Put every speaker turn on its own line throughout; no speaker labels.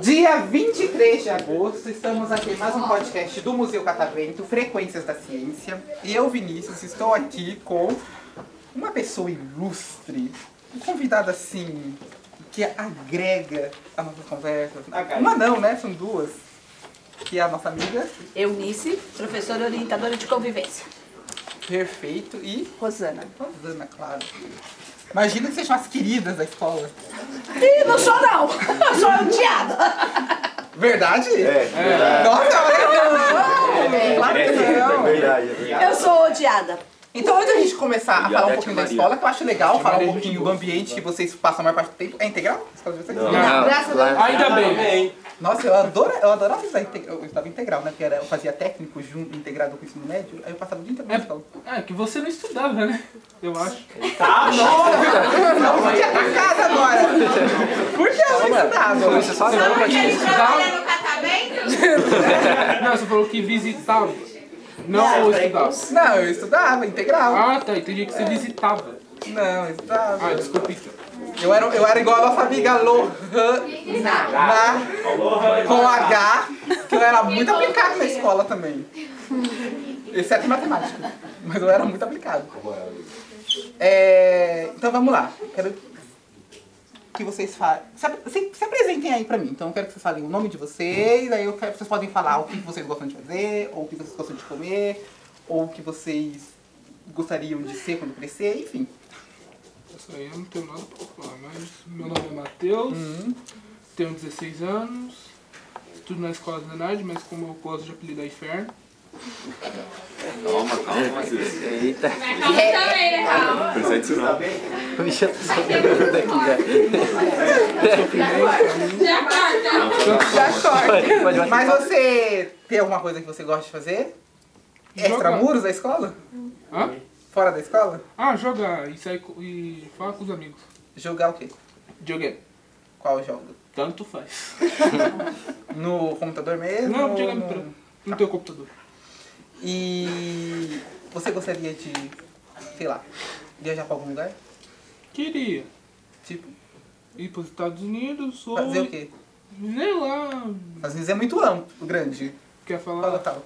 Dia 23 de agosto, estamos aqui em mais um podcast do Museu Catavento, Frequências da Ciência. E eu, Vinícius, estou aqui com uma pessoa ilustre, um convidado assim, que agrega a nossa conversa.
Agrega.
Uma não, né? São duas. Que é a nossa amiga,
Eunice, professora orientadora de convivência.
perfeito, e
Rosana.
Rosana, claro. Imagina que sejam as queridas da escola.
Ih, não sou não! sou odiada!
Verdade?
É, verdade.
Nossa, olha que não! Claro que
É
não!
verdade, é verdade.
Eu sou odiada.
Então, antes da gente começar a falar um
Obrigado,
pouquinho da
Maria.
escola, que eu acho legal falar um
Maria é
pouquinho
muito
do
boa.
ambiente que vocês passam a maior parte do tempo. É integral? A escola de vocês?
Não,
Graças a Deus.
lá-
Ainda bem.
Nossa, eu adorava, eu adorava estudar integral, eu estudava integral, né? Porque era, eu fazia técnico junto, integrado com o ensino médio, aí eu passava o dia inteiro na
É.
escola.
Ah, que você não estudava, né? Eu acho.
Tá,
Não, eu vou te atacar agora! Por que eu não estudava?
Estudava?
no catamento?
Não, você falou que visitava. Não, ou
é
estudava.
Não, eu estudava integral.
Ah, tá. Entendi que você visitava.
Não, eu estudava.
Ah, desculpa. então.
Eu era, eu era igual a nossa amiga Lohana com H, que eu era muito aplicado na escola também. Exceto em matemática. Mas eu era muito aplicado. É, então vamos lá. Quero que vocês falem. Se, ap- se- se apresentem aí pra mim. Então eu quero que vocês falem o nome de vocês, aí eu quero, vocês podem falar o que vocês gostam de fazer, ou o que vocês gostam de comer, ou o que vocês gostariam de ser quando crescer, enfim.
Isso aí eu não tenho nada pra falar, mas meu nome é Matheus, tenho 16 anos, estudo na escola da Nerd, mas como eu gosto de apelidar inferno,
Calma, calma.
Eita,
É. né,
Precisa disso não.
bicho, daqui
Já corta.
Pode bater
Mas você tem alguma coisa que você gosta de fazer? Extra
Jogar.
muros da escola?
Hã?
Fora da escola?
Ah, joga e sai co- e fala com os amigos.
Jogar o quê?
Videogame.
Qual jogo?
Tanto faz.
No computador mesmo? ou
Não, videogame
no-
pra- no teu computador.
E você gostaria de, sei lá, viajar pra algum lugar?
Queria
Tipo,
ir pros Estados Unidos ou...
fazer o quê?
Sei lá,
Às vezes é muito amplo, grande.
quer
Fala
falar...
tal.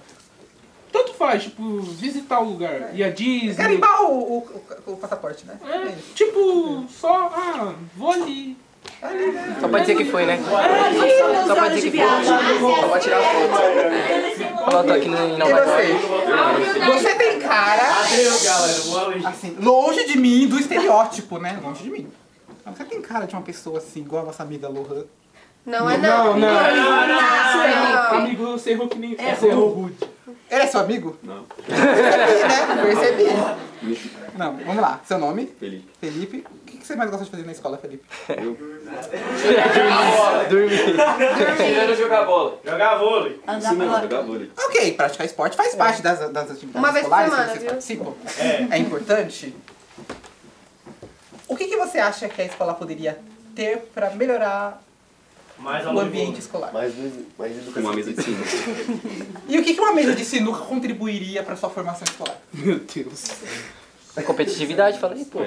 Tanto faz, tipo, visitar o lugar. E a Disney.
Carimbar o, o, o passaporte, né?
É, tipo, só, ah, vou ali.
Só pode dizer que foi, né?
Ih, meus
Só pra
olhos de
dizer que
viagem.
foi. Só pra tirar foto. Olha, eu tô aqui no- em Nova
E
York.
você? Você tem cara.
é um
Assim, longe de mim, do estereótipo, né? Longe de mim. Mas Você tem cara de uma pessoa assim, igual a nossa amiga Lohan.
Não é não.
não.
Não.
Amigo, você errou que nem você errou rude.
Ele é seu amigo?
Não.
Percebi, né? Percebi. Não, vamos lá. Seu nome?
Felipe.
Felipe. O que que você mais gosta de fazer na escola, Felipe?
Andar pela...
Jogar vôlei.
Ok, praticar esporte faz parte das, das atividades
É. Uma vez por
escolares
semana,
que
viu?
vocês participam. É. importante? O que, que você acha que a escola poderia ter para melhorar
Tá
o Um ambiente escolar?
Mais dois- mais
Com
educação.
uma mesa de cima.
E o que, que uma mesa de sinuca contribuiria para sua formação escolar?
Meu Deus.
Competitividade, falei, pô.
É.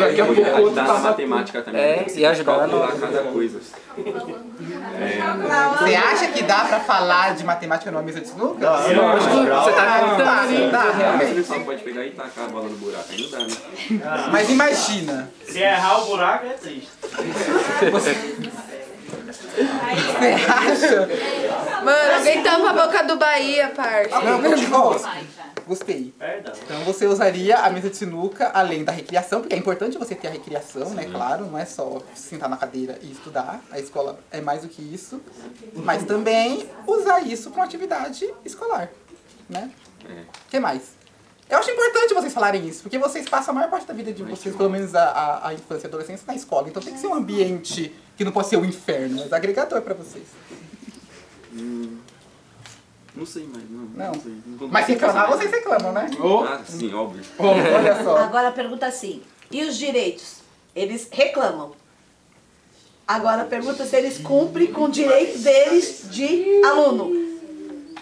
Daqui a pouco outro
Ajudar na
tá
matemática também. né?
É,
Tem que
e ajudar
calcular
no- É.
cada coisa.
Você acha que dá para falar de matemática numa mesa de sinuca?
Ah,
Não,
Você tá
dá, dá,
Mas
ok.
você só pode pegar e tacar a bola no buraco. Aí não dá, né?
Mas imagina,
Se errar o buraco é triste.
você acha...
Mano, alguém tampa a boca do Bahia, parça.
Não, continua. Gostei.
Perdão.
Então você usaria a mesa de sinuca além da recreação, porque é importante você ter a recreação, né? Claro, não é só sentar na cadeira e estudar. A escola é mais do que isso. Mas também usar isso para uma atividade escolar, né? O que mais? Eu acho importante vocês falarem isso, porque vocês passam a maior parte da vida de vocês, pelo menos a, a, a infância e a adolescência, na escola. Então tem que ser um ambiente que não pode ser o inferno, mas agregador para vocês.
Não sei, mas não.
Não.
sei. Não
Mas
sei
reclamar,
fazer.
vocês reclamam, né?
Ô,
Ah, sim, óbvio.
Olha só.
Agora a pergunta assim, e os direitos? Eles reclamam. é Agora a pergunta se eles cumprem com o direito deles de aluno.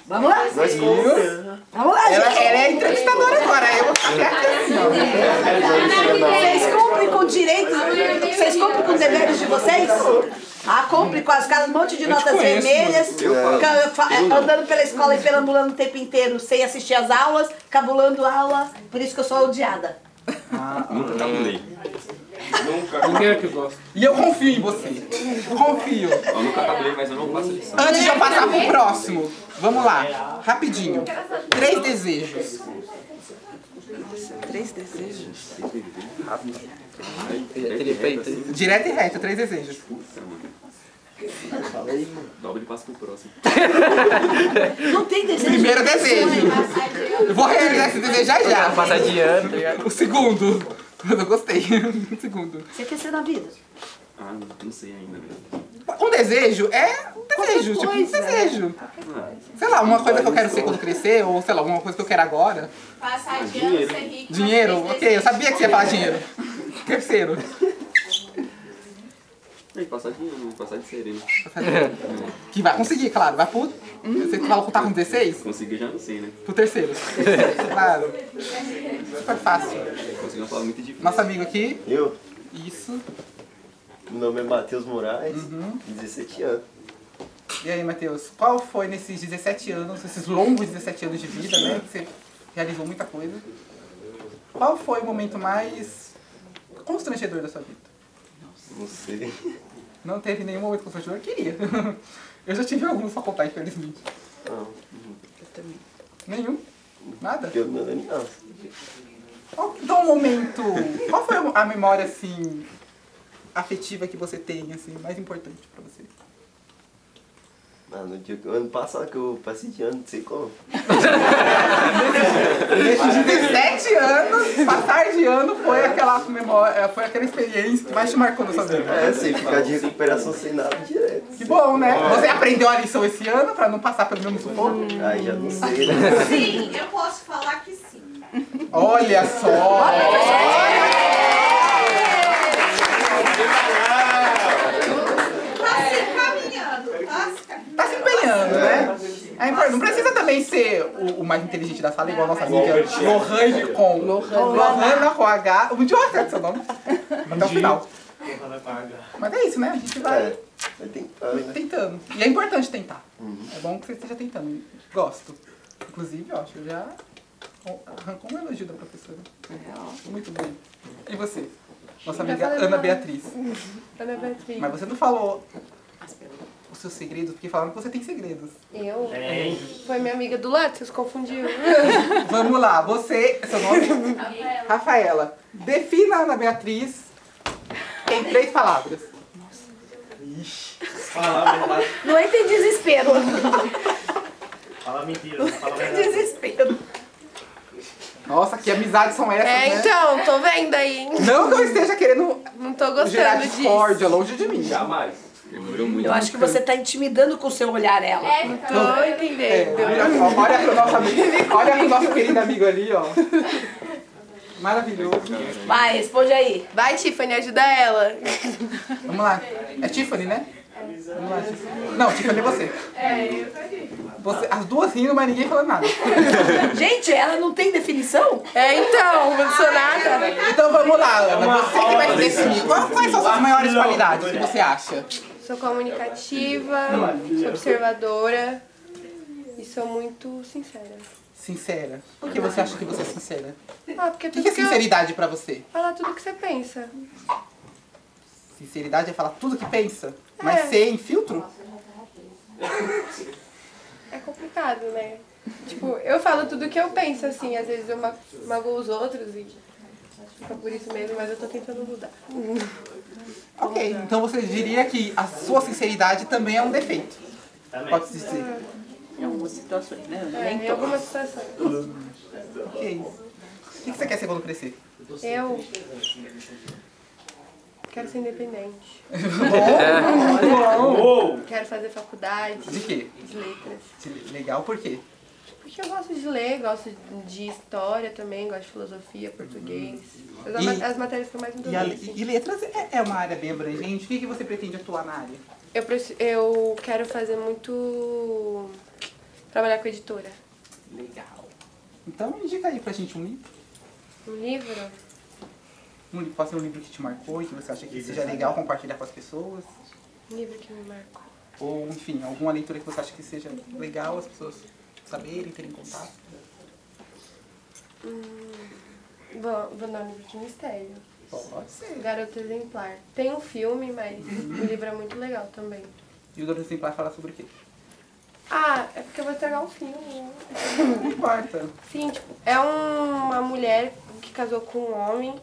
Vamos lá? Vamos lá,
Ela,
gente.
ela é entrevistadora agora, eu vou
Vocês cumprem com direitos, vocês cumprem com os deveres de vocês? Ah, cumpre com as casas, um monte de
Eu te
notas
conheço,
vermelhas,
Eu falo.
ca- fa- andando pela escola e perambulando o tempo inteiro, sem assistir às aulas, cabulando aula, por isso que eu sou odiada.
Nunca cabulei.
Quem é que gosta?
E eu confio em você. Confio.
Eu nunca cabulei, mas eu não faço lição.
Antes de eu passar pro próximo, vamos lá, rapidinho. Três desejos.
Três desejos.
Teria feito.
Direto e reto, três desejos.
Puta, mano. é assim, Dobra e passa pro próximo.
Não tem desejo.
Primeiro desejo. Eu vou realizar esse desejo já já.
Passar de ano, tá ligado?
O segundo. Eu não gostei. O segundo.
Você quer ser na vida?
Ah, não não sei ainda, né? velho.
Um desejo é um desejo, tipo, um
coisa.
desejo.
Ah,
Sei lá, uma coisa que eu quero ser quando crescer, ou sei lá, alguma coisa que eu quero agora.
Passar de ano, ser
é
rico.
Dinheiro? Ok, eu sabia que você ia falar dinheiro. Terceiro.
e passar de ano, passar de sereno.
Que vai conseguir, claro. Vai pro. Você fala que tá com 16?
Consegui, já não sei, né?
Pro terceiro. Claro. Super fácil.
Consegui é uma palavra muito difícil.
Nosso amigo aqui.
Eu,
Isso.
meu nome é Matheus Moraes, 17 anos.
E aí, Matheus, qual foi nesses 17 anos, esses longos 17 anos de vida, né? Que você realizou muita coisa. Qual foi o momento mais constrangedor da sua vida?
Não sei.
Não teve nenhum momento constrangedor? Eu queria. Eu já tive alguns pra contar, infelizmente.
Não,
Nenhum? Nada?
eu não lembro não.
Qual que dá um momento? Qual foi a memória, assim, afetiva que você tem, assim, mais importante pra você?
Mas no dia que- ano passado que eu passei de ano, não sei como.
Nesses 17 anos, passar de ano foi aquela memória, foi aquela experiência que mais te marcou na sua vida.
É, sei ficar de recuperação sem nada direto.
Que bom, né? Você aprendeu a lição esse ano pra não passar pelo mesmo sufoco?
Aí já não sei, né?
Sim, eu posso falar que sim.
Olha só!
Tá
É.
se caminhando, tá se caminhando.
Tá se empenhando, né? É importante. Não precisa também ser o, o mais inteligente da sala, igual a nossa amiga Lohane com. Lohana com H. O idiota certo seu nome. Até o final. Mas é isso, né? A gente vai.
É, vai tentar, né?
Tentando. E é importante tentar. É bom que você esteja tentando. Gosto. Inclusive, ó, acho que eu já arrancou um elogio da professora. Muito bem. E você? Nossa amiga
falei
Ana
nada.
Beatriz.
Ana Beatriz.
Mas você não falou os seus segredos, porque falaram que você tem segredos.
Eu? Foi minha amiga do lado, vocês confundiram.
Vamos lá, você. é Seu nome? Rafaela. Defina a Ana Beatriz em três palavras.
Fala a verdade.
Não entra em desespero.
Fala mentira. Fala a verdade.
Desespero.
Nossa, que amizades são essas,
É,
né?
então, tô vendo aí, hein?
Não que eu esteja querendo
Não tô
gerar
gostando disso.
discórdia longe de mim.
Jamais. Demorou muito.
Eu acho que você tá intimidando com o seu olhar ela.
É,
Tô
então,
É,
entendendo.
olha- olha pro nosso amigo, olha pro nosso querido amigo ali, ó. Maravilhoso.
Vai, responde aí.
Vai, Tiffany, ajuda ela.
Vamos lá. É Tiffany, né? Vamos lá, Tiffany. Não, Tiffany é você.
é, eu tô aqui.
você. As duas rindo, mas ninguém falando nada.
Gente, ela não tem definição?
É, então, não sou nada.
Então vamos lá, Ana. Você que vai se definir. Qual- Quais são suas maiores qualidades que você acha?
Sou comunicativa, sou observadora e sou muito sincera.
Sincera. Por que você acha que você é sincera?
Ah, porque
O
tudo
que é
que eu...
sinceridade pra você?
Falar tudo que você pensa.
Sinceridade é falar tudo que pensa, mas
É.
sem filtro?
É complicado, né? Tipo, eu falo tudo que eu penso, assim. Às vezes eu ma- magoo os outros e fica por isso mesmo, mas eu tô tentando mudar.
Ok, então você diria que a sua sinceridade também é um defeito.
Também.
Pode se dizer.
Em algumas situações, né?
É, em algumas situações.
Ok. é O que você quer ser quando crescer?
Eu quero ser independente.
Uou!
Quero fazer faculdade,
De quê?
de letras.
De- Legal, por quê?
Porque eu gosto de ler, gosto de história também, gosto de filosofia, português. As,
Uhum. E-
ma- as matérias que eu mais me dou
E, a-
bem, assim.
e- e letras é, é uma área bem abrangente. O que, que você pretende atuar na área?
Eu, preci- eu quero fazer muito trabalhar com editora.
Legal. Então indica aí pra gente um livro.
Um livro?
Um livro, pode ser um livro que te marcou e que você acha que seja legal compartilhar com as pessoas.
Um livro que me marcou.
Ou, enfim, alguma leitura que você acha que seja legal as pessoas saberem, terem contato.
Vou, vou dar um livro de mistério.
Pode ser.
Garoto Exemplar. Tem um filme, mas o
Uhum.
livro é muito legal também.
E o Garoto Exemplar fala sobre o quê?
Ah, é porque eu vou estragar um filme. né?
Não importa.
Sim, tipo, é um- uma mulher que casou com um homem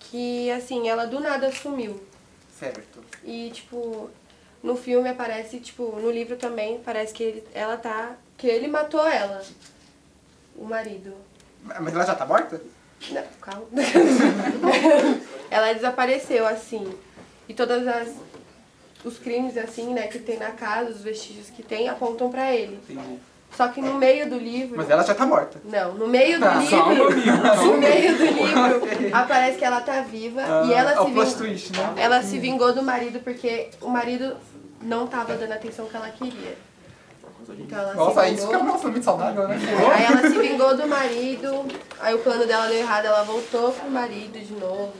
que, assim, ela do nada sumiu.
Certo.
E, tipo, no filme aparece, tipo, no livro também, parece que ele, ela tá. que ele matou ela. O marido.
Mas ela já tá morta?
Não, calma. ela desapareceu, assim. E todas as. os crimes, assim, né, que tem na casa, os vestígios que tem, apontam pra ele.
Entendi.
Só que no meio do livro.
Mas ela já tá morta.
Não, no meio do
Ah,
livro.
Calma, amigo.
No meio do livro, aparece que ela tá viva e ela
é
se,
o
ving-
plot twist, né?
ela se vingou do marido porque o marido não tava dando a atenção que ela queria. Então ela
Nossa,
se
isso que é
vingou.
um relacionamento saudável, né?
Aí ela se vingou do marido, aí o plano dela deu errado, ela voltou pro marido de novo.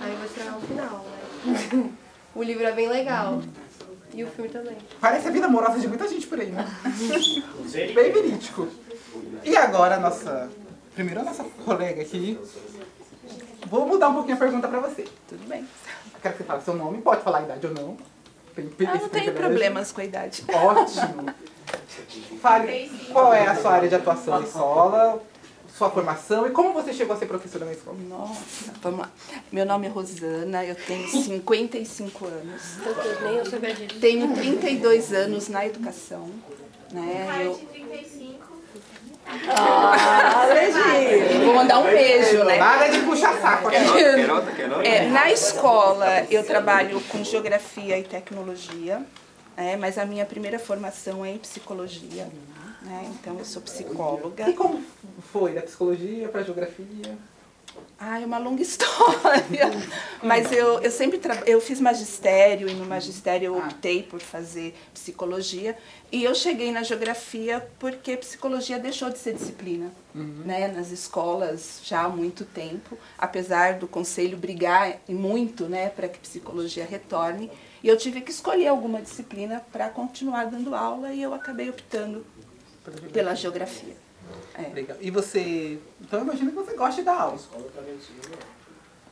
Aí você é o final, né? O livro é bem legal. E o filme também.
Parece a vida amorosa de muita gente por aí, né?
Seria?
Bem verídico. E agora, a nossa. Primeiro, a nossa colega aqui. Vou mudar um pouquinho a pergunta pra você.
Tudo bem.
Quero que você fale seu nome, pode falar a idade ou não. Tem, tem
Eu
esse
Ah, não tenho
privilégio.
problemas com a idade.
Ótimo. Fale qual é a sua área de atuação na escola, sua formação e como você chegou a ser professora na escola.
Nossa, vamos lá. Meu nome é Rosana, eu tenho 55 anos.
Nem eu sabia disso.
Tenho 32 anos na educação. Né? Eu Ah,
Parte 35.
vou mandar um beijo, né?
Nada de puxar saco né? aqui.
Querota, querota.
É, na escola eu trabalho com geografia e tecnologia, né, mas a minha primeira formação é em psicologia. né, então eu sou psicóloga.
E como foi da psicologia pra geografia?
Ah, é uma longa história. Mas eu, eu sempre tra... eu fiz magistério e no magistério eu optei por fazer psicologia e eu cheguei na geografia porque psicologia deixou de ser disciplina, né, nas escolas já há muito tempo, apesar do conselho brigar e muito, né, para que psicologia retorne, e eu tive que escolher alguma disciplina para continuar dando aula e eu acabei optando pela geografia. É.
Legal. E você. Então eu imagino que você goste da aula.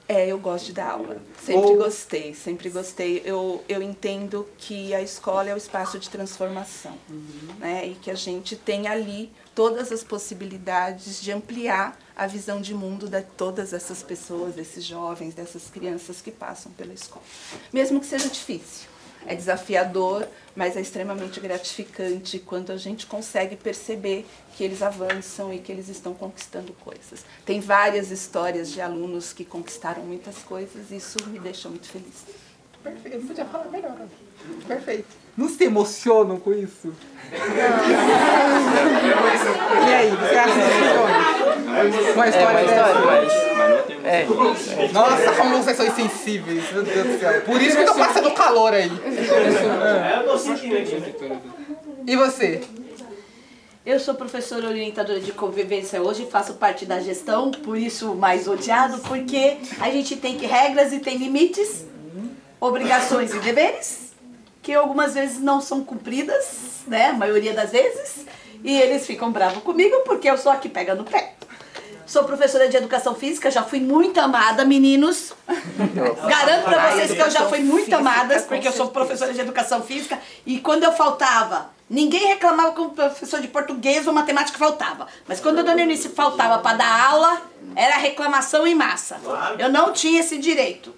É, eu gosto de dar aula. Sempre
Ou-
gostei, sempre gostei. Eu, eu entendo que a escola é o espaço de transformação, né? E que a gente tem ali todas as possibilidades de ampliar a visão de mundo de todas essas pessoas, desses jovens, dessas crianças que passam pela escola. Mesmo que seja difícil. É desafiador, mas é extremamente gratificante quando a gente consegue perceber que eles avançam e que eles estão conquistando coisas. Tem várias histórias de alunos que conquistaram muitas coisas e isso me deixa muito feliz.
Perfeito. Eu não podia falar melhor. Perfeito. Não se emocionam com isso? Não. e aí, você acha que se emociona? É, Uma história
uma
dessa?
Mas, mas não tem
É.
Nossa, como vocês são insensíveis, meu Deus do céu. Por isso que eu tô passando calor aí.
É, eu tô sentindo aqui, né?
E você?
Eu sou professora orientadora de convivência hoje, faço parte da gestão, por isso mais odiado, porque a gente tem que regras e tem limites, obrigações e deveres, que algumas vezes não são cumpridas, né? A maioria das vezes, e eles ficam bravos comigo porque eu sou a que pega no pé. Sou professora de educação física, já fui muito amada, meninos. Garanto pra vocês que eu já fui muito amada, porque eu sou professora de educação física. E quando eu faltava, ninguém reclamava como professor de português ou matemática faltava. Mas quando a dona Eunice faltava pra dar aula, era reclamação em massa. Eu não tinha esse direito.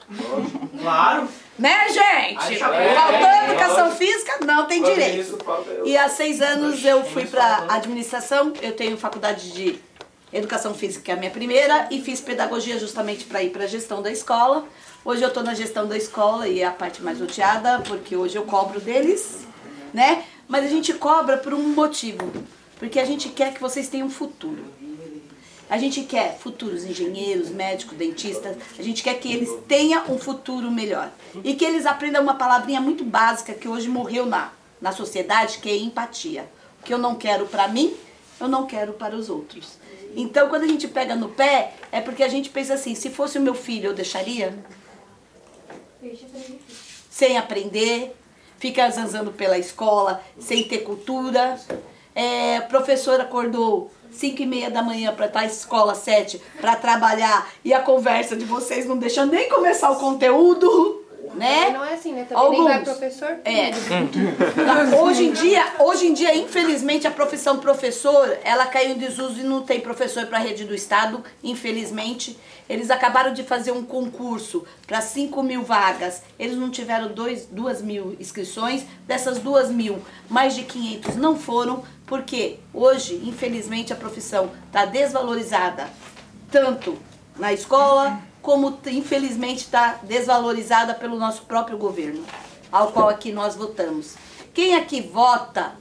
Claro.
Né, gente? Faltando educação física, não tem direito. E há seis anos eu fui para administração, eu tenho faculdade de educação física, que é a minha primeira, e fiz pedagogia justamente para ir para a gestão da escola. Hoje eu estou na gestão da escola e é a parte mais odiada, porque hoje eu cobro deles, né? Mas a gente cobra por um motivo, porque a gente quer que vocês tenham futuro. A gente quer futuros engenheiros, médicos, dentistas. A gente quer que eles tenham um futuro melhor. E que eles aprendam uma palavrinha muito básica que hoje morreu na, na sociedade, que é empatia. que eu não quero para mim, eu não quero para os outros. Então, quando a gente pega no pé, é porque a gente pensa assim: se fosse o meu filho, eu deixaria? Sem aprender, fica zanzando pela escola, sem ter cultura. É, professor acordou 5 e meia da manhã para estar na escola 7 para trabalhar e a conversa de vocês não deixa nem começar o conteúdo, né?
Não é assim, né? Também nem vai
Alguns.
professor.
É. Tá, hoje em dia, hoje em dia, infelizmente, a profissão professor, ela caiu em desuso e não tem professor para a rede do estado, infelizmente. Eles acabaram de fazer um concurso para 5 mil vagas. Eles não tiveram 2 mil inscrições. Dessas 2 mil, mais de 500 não foram, porque hoje, infelizmente, a profissão está desvalorizada tanto na escola como t- infelizmente está desvalorizada pelo nosso próprio governo, ao qual aqui nós votamos. Quem aqui vota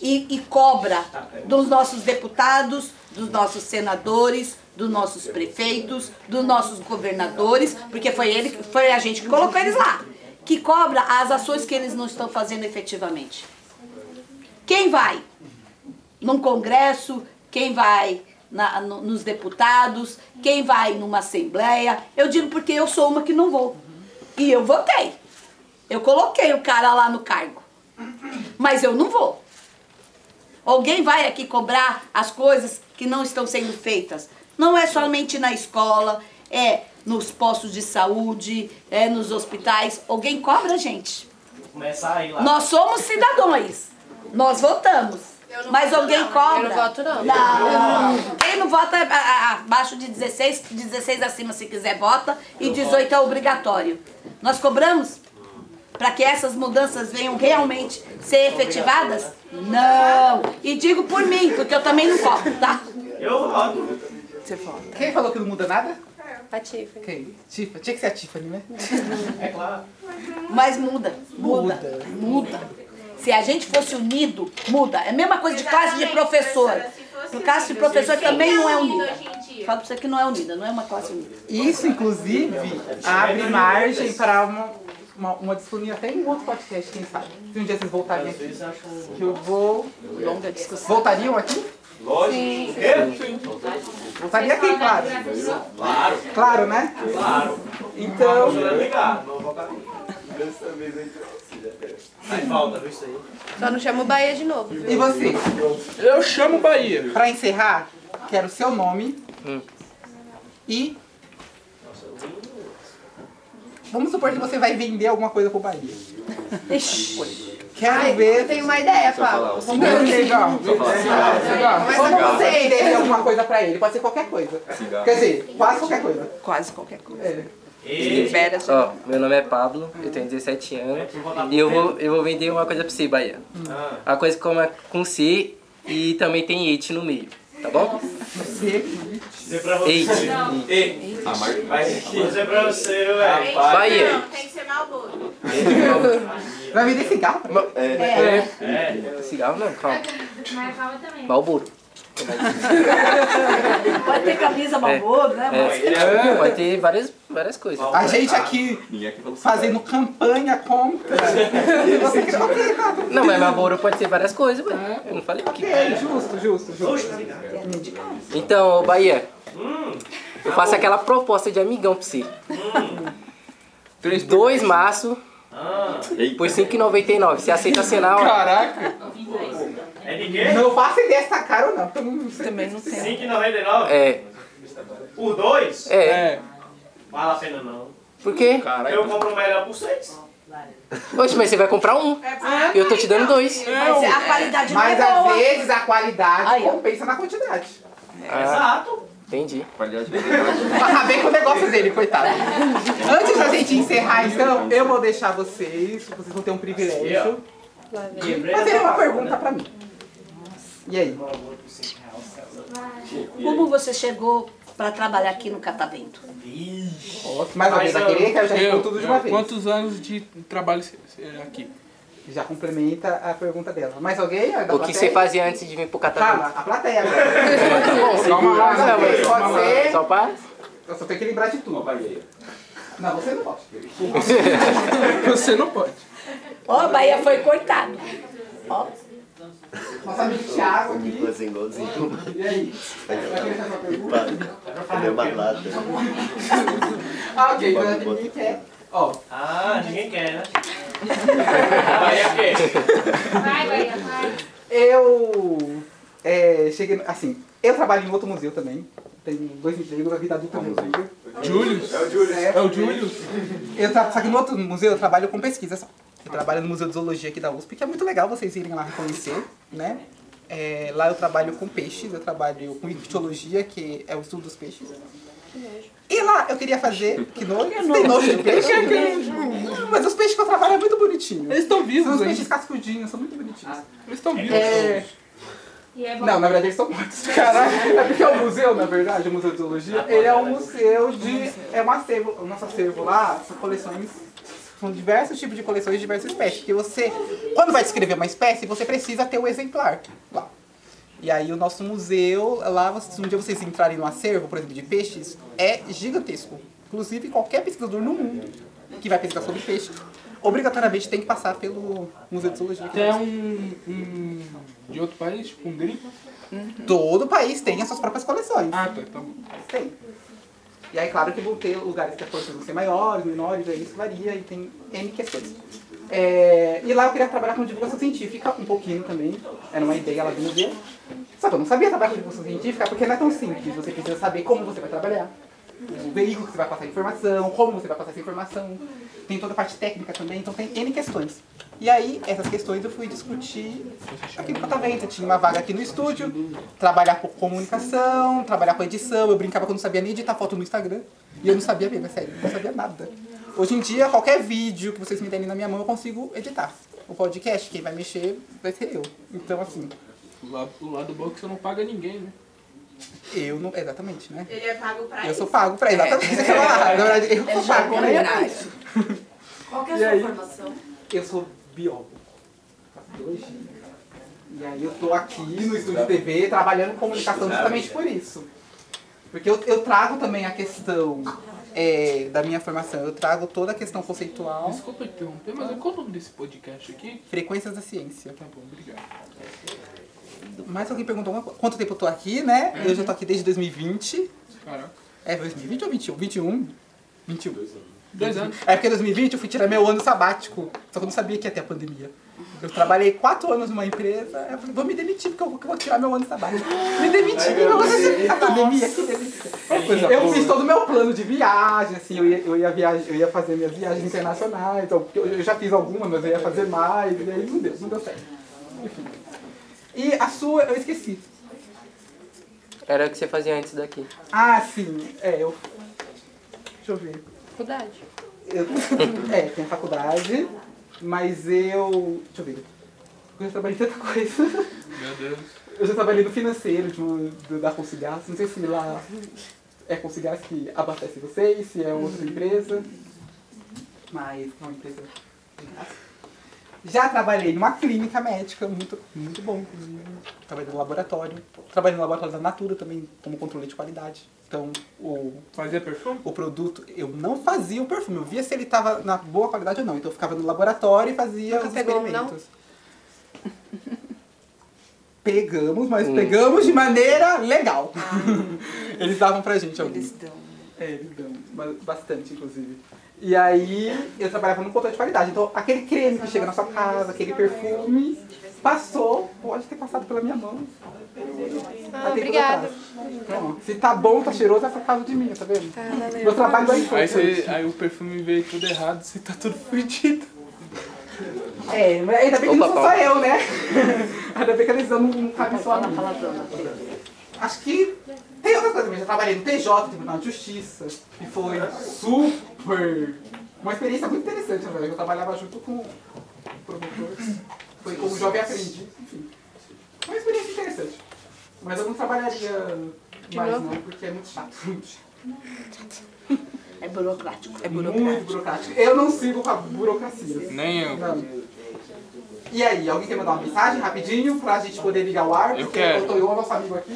e, e cobra dos nossos deputados, dos nossos senadores, dos nossos prefeitos, dos nossos governadores, porque foi ele, que- foi a gente que colocou eles lá, que cobra as ações que eles não estão fazendo efetivamente. Quem vai? num congresso, quem vai na- no- nos deputados, quem vai numa assembleia. Eu digo porque eu sou uma que não vou. E eu votei. Eu coloquei o cara lá no cargo. Mas eu não vou. Alguém vai aqui cobrar as coisas que não estão sendo feitas. Não é somente na escola, é nos postos de saúde, é nos hospitais. Alguém cobra a gente.
Começar aí lá.
Nós somos cidadãos. Nós votamos. Mas alguém cobra.
né? Eu não voto, não.
Não. Quem não vota a- a- abaixo de 16, 16 acima se quiser vota e 18 é obrigatório. Nós cobramos para que essas mudanças venham realmente ser efetivadas? Não. E digo por mim, porque eu também não cobro, tá?
Eu voto.
Você volta.
Quem falou que não muda nada?
A Tá Tiffany.
Quem? Tifa. Tinha que ser a Tiffany, né?
É claro.
Mas muda, muda, muda. Se a gente fosse unido, muda. É a mesma coisa de classe de professora.
Por
Classe de professor também não é unida.
Hoje em dia.
Falo pra você que não é unida, não é uma classe unida.
Isso, inclusive, abre margem para uma, uma, uma discussão até em um outro podcast, quem sabe. Se um dia vocês voltarem aqui,
Vocês acham
que eu vou...
Longa discussão.
Voltariam aqui?
Lógico.
Voltaria aqui, claro.
Claro.
Claro, né?
Claro.
Então...
Não é legal. Não vou
Dessa vez eu trouxe, né? já deu.
Aí falta, viu isso aí?
Só não chama o Bahia de novo. viu?
E você,
Eu chamo Bahia. Hum.
para encerrar, quero seu nome e... Vamos supor que você vai vender alguma coisa pro Bahia. Quero
Ai,
ver...
eu tenho uma ideia,
falar
Paulo.
um
Vamos ver, legal.
Mas eu não
Você
sei.
deve alguma coisa pra ele, pode ser qualquer coisa.
Cigarro.
Quer dizer, quase qualquer coisa.
Quase qualquer coisa.
É.
Libera a gente.
Ó, meu nome é Pablo, eu tenho 17 anos É, e eu vou, eu vou vender uma coisa pra você, Bahia. A coisa é que come com C e também tem it no meio, tá bom?
Você-
Dizer é pra você.
It.
Ei, a marca vai aqui.
Dizer pra você, ué.
Ei, vai.
Bahia.
Não, tem que ser malboro.
Vai vender cigarro? pra
Ma-
É.
Cigarro não, calma.
Mas calma também.
Malboro.
Pode ter camisa malboro, né?
É.
Mas...
Vai ter várias, várias coisas.
A gente aqui
Ninguém aqui falou assim,
fazendo campanha contra. Você que não quer, tá?
Não, mas Malboro pode ser várias coisas, Bahia. Eu não falei aqui.
Ok, justo, justo, justo.
Então, ô, Bahia, eu faço aquela proposta de amigão pra você. 2 março
Ei,
por 5,99. Você aceita assinar, ó.
Caraca.
É de quê?
Não faço ideia se tá caro ou não. porque eu não sei.
Também não tem.
5,99?
É,
Por 2?
é.
Vale a pena não.
Por quê?
Eu
tá
compro uma melhor por 6.
Oxe, mas você vai comprar um. E eu tô te dando dois.
Mas a qualidade não é
Mas
boa.
às vezes a qualidade
Aí, ó.
compensa na quantidade.
Ah.
Exato.
Entendi.
qualidade de verdade.
Acabei com o negócio dele, coitado. Antes da gente encerrar, então, eu vou deixar vocês, vocês vão ter um privilégio,
Lá vem.
de fazer uma pergunta pra mim. E aí?
Como você chegou pra trabalhar aqui no Catavento?
Mais alguém vai querer? Que eu já respondo Tá tudo de uma
eu,
vez.
Quantos anos de trabalho cê- cê- aqui?
Já complementa a pergunta dela. Mais alguém? Da
O que
plateia?
você fazia antes de vir pro Tá
Calma,
Catavento?
a plateia agora.
Calma lá,
Calma,
calma
pode
lá.
ser.
Só pra...
Eu só tenho que lembrar de tudo. Não, você não pode.
Você não pode.
Ó, Bahia foi cortado. Ó.
Nosso amigo Thiago
O
aqui.
Nicolas é igualzinho.
E aí? Vai querer fazer uma pergunta?
Ele é balada.
Ah, ok, mas ninguém quer. Ó.
Ah, ninguém quer, né? é
Vai, Bahia, vai.
Eu é, cheguei. no- Assim, eu trabalho em outro museu também. Tenho dois empregos, a vida adulta é um museu.
Julius?
É o Julius.
É o Julius?
Eu tra... Só que no outro museu eu trabalho com pesquisa só. Eu trabalho no Museu de Zoologia aqui da USP, que é muito legal vocês irem lá conhecer, né? É, lá eu trabalho com peixes, eu trabalho com ictiologia, que é o estudo dos peixes. E lá eu queria fazer. Que nojo? Tem nojo de peixe? Hum, Mas os peixes que eu trabalho é muito bonitinho.
Eles estão vivos,
São os
hein?
peixes cascudinhos, são muito bonitinhos.
Eles estão vivos.
É...
E é bom.
Não, na verdade eles estão mortos. Caralho, é porque é um museu, na verdade, o Museu de Zoologia. Ele é um museu de. É um acervo. O nosso acervo lá são coleções. São diversos tipos de coleções de diversas espécies. Porque você. Quando vai descrever uma espécie, você precisa ter o exemplar lá. E aí o nosso museu, lá, vocês- se um dia vocês entrarem no acervo, por exemplo, de peixes, é gigantesco. Inclusive, qualquer pesquisador no mundo que vai pesquisar sobre peixe, obrigatoriamente tem que passar pelo Museu de Zoologia. é
Até um, um. de outro país, tipo Hungria.
Todo país tem as suas próprias coleções.
Ah, tá, tá bom.
Tem. E aí, claro que vão ter lugares que as coisas vão ser maiores, menores, aí isso varia e tem N questões. É, e lá eu queria trabalhar com divulgação científica um pouquinho também. Era uma ideia lá do museu. Só que eu não sabia trabalhar com divulgação científica porque não é tão simples. Você precisa saber como você vai trabalhar, o veículo que você vai passar a informação, como você vai passar essa informação. Tem toda a parte técnica também, então tem N questões. E aí, essas questões eu fui discutir aqui no Catavento. Eu Tinha uma vaga aqui no estúdio, trabalhar com comunicação, trabalhar com edição. Eu brincava que eu não sabia nem editar foto no Instagram. E eu não sabia mesmo, é sério, eu não sabia nada. Hoje em dia, qualquer vídeo que vocês me derem na minha mão, eu consigo editar. O podcast, quem vai mexer vai ser eu. Então, assim,
O lado, o lado bom é que você não paga ninguém, né?
eu não. Exatamente, né?
Ele é pago pra
Eu
isso.
sou pago pra exatamente aquela lá. Na verdade, eu sou pago, né?
Qual que é a
E
sua
aí?
formação?
Eu sou biólogo. Faço biologia. E aí eu tô aqui no estúdio de TV trabalhando em comunicação justamente por isso. Porque eu, eu trago também a questão é, da minha formação, eu trago toda a questão conceitual,
Desculpa interromper, mas qual o nome desse podcast aqui?
frequências da ciência.
Tá bom, obrigado.
Mas alguém perguntou uma, co- quanto tempo eu tô aqui, né? Eu já tô aqui desde 2020.
Caraca.
É 2020 ou 21? 21? 21.
Dois anos.
É porque em 2020 eu fui tirar meu ano sabático. Só que eu não sabia que ia ter a pandemia. Eu trabalhei quatro anos numa empresa. aí Eu falei, vou me demitir porque eu vou, que eu vou tirar meu ano sabático. Me demiti. meu ano sabático. A pandemia, que delícia. Eu fiz todo o meu plano de viagem, assim. Eu ia, eu ia, viajar, eu ia fazer minhas viagens internacionais. então, porque eu, eu já fiz algumas, mas eu ia fazer mais. E aí não deu, não deu certo. Enfim. E a sua, eu esqueci.
Era o que você fazia antes daqui.
Ah, sim. É, eu... Deixa eu ver.
Faculdade.
Eu, é, tem a faculdade, mas eu. Deixa eu ver. Eu já trabalhei em tanta coisa.
Meu Deus.
Eu já trabalhei no financeiro de uma- do- da Conciliar. Não sei se lá é Conciliar que abastece vocês, se é outra empresa. Mas é uma empresa. de graça. Já trabalhei numa clínica médica, muito, muito bom, inclusive. Trabalhei no laboratório. Trabalhei no laboratório da Natura também, como controle de qualidade. Então, o
Fazia perfume?
o produto, eu não fazia o perfume, eu via se ele tava na boa qualidade ou não. Então eu ficava no laboratório e fazia
Nunca
os
pegou um,
experimentos. Pegamos, mas pegamos de maneira legal. Eles davam pra gente alguns.
Eles dão. né?
É, eles dão ba- bastante, inclusive. E aí eu trabalhava no controle de qualidade. Então aquele creme que chega na sua casa, aquele perfume, passou, pode ter passado pela minha mão.
Ah,
Vai ter que
obrigada.
botar. Pronto. Se tá bom, tá cheiroso, é por causa de mim, tá vendo?
Ah, valeu.
Meu trabalho é
Aí,
importante.
você, aí o perfume veio tudo errado, você tá tudo fudido.
É, mas ainda bem que
Opa,
não sou só
tá.
Paulo.
eu, né? Ainda bem que a decisão não, não um cabe só a
Fala
mim.
palavrão.
Acho que tem outras coisas, mas eu trabalhei no TJ, Tribunal de Justiça, e foi super. Uma experiência muito interessante, na verdade. Eu trabalhava junto com o promotor, foi como jovem aprendiz, enfim. Uma experiência interessante. Mas eu não trabalharia mais, não, porque é muito chato. Muito chato.
É burocrático.
É muito burocrático. Eu não sigo com a burocracia. assim.
Nem eu.
Não. E aí, alguém quer mandar uma mensagem rapidinho pra gente poder ligar o ar?
Eu
Porque
quero.
Eu tô eu, nosso amigo aqui.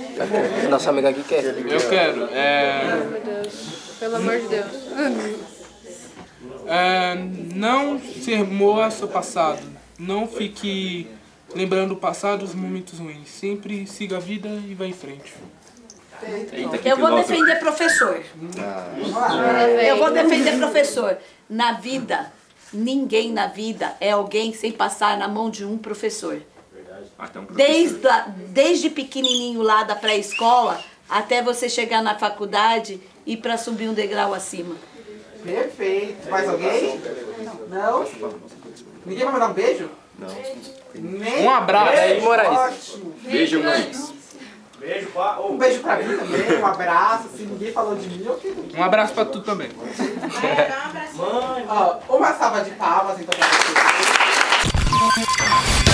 Nosso amigo aqui quer.
Eu quero. É,
Meu Deus. Pelo amor de Deus.
é, não se remoa seu passado. Não fique Lembrando o passado, os momentos ruins. Sempre siga a vida e vá em frente.
tá
Eita, que Eu vou filósofo. defender professor. Eu vou defender professor. Na vida, ninguém na vida é alguém sem passar na mão de um professor.
Ah,
Até um professor.
Desde, a- desde pequenininho lá da pré-escola até você chegar na faculdade e para subir um degrau acima.
Perfeito. Mais alguém? Não? Ninguém vai mandar um beijo? Nem-
Um abraço,
Beijo,
Ed Moraes.
ótimo.
Beijo, Moraes.
Beijo, pá. Um beijo pra mim também, um abraço. Se ninguém falou de mim, eu que.
Um abraço pra tu também.
Ó, uma salva de palmas, então, pra vocês.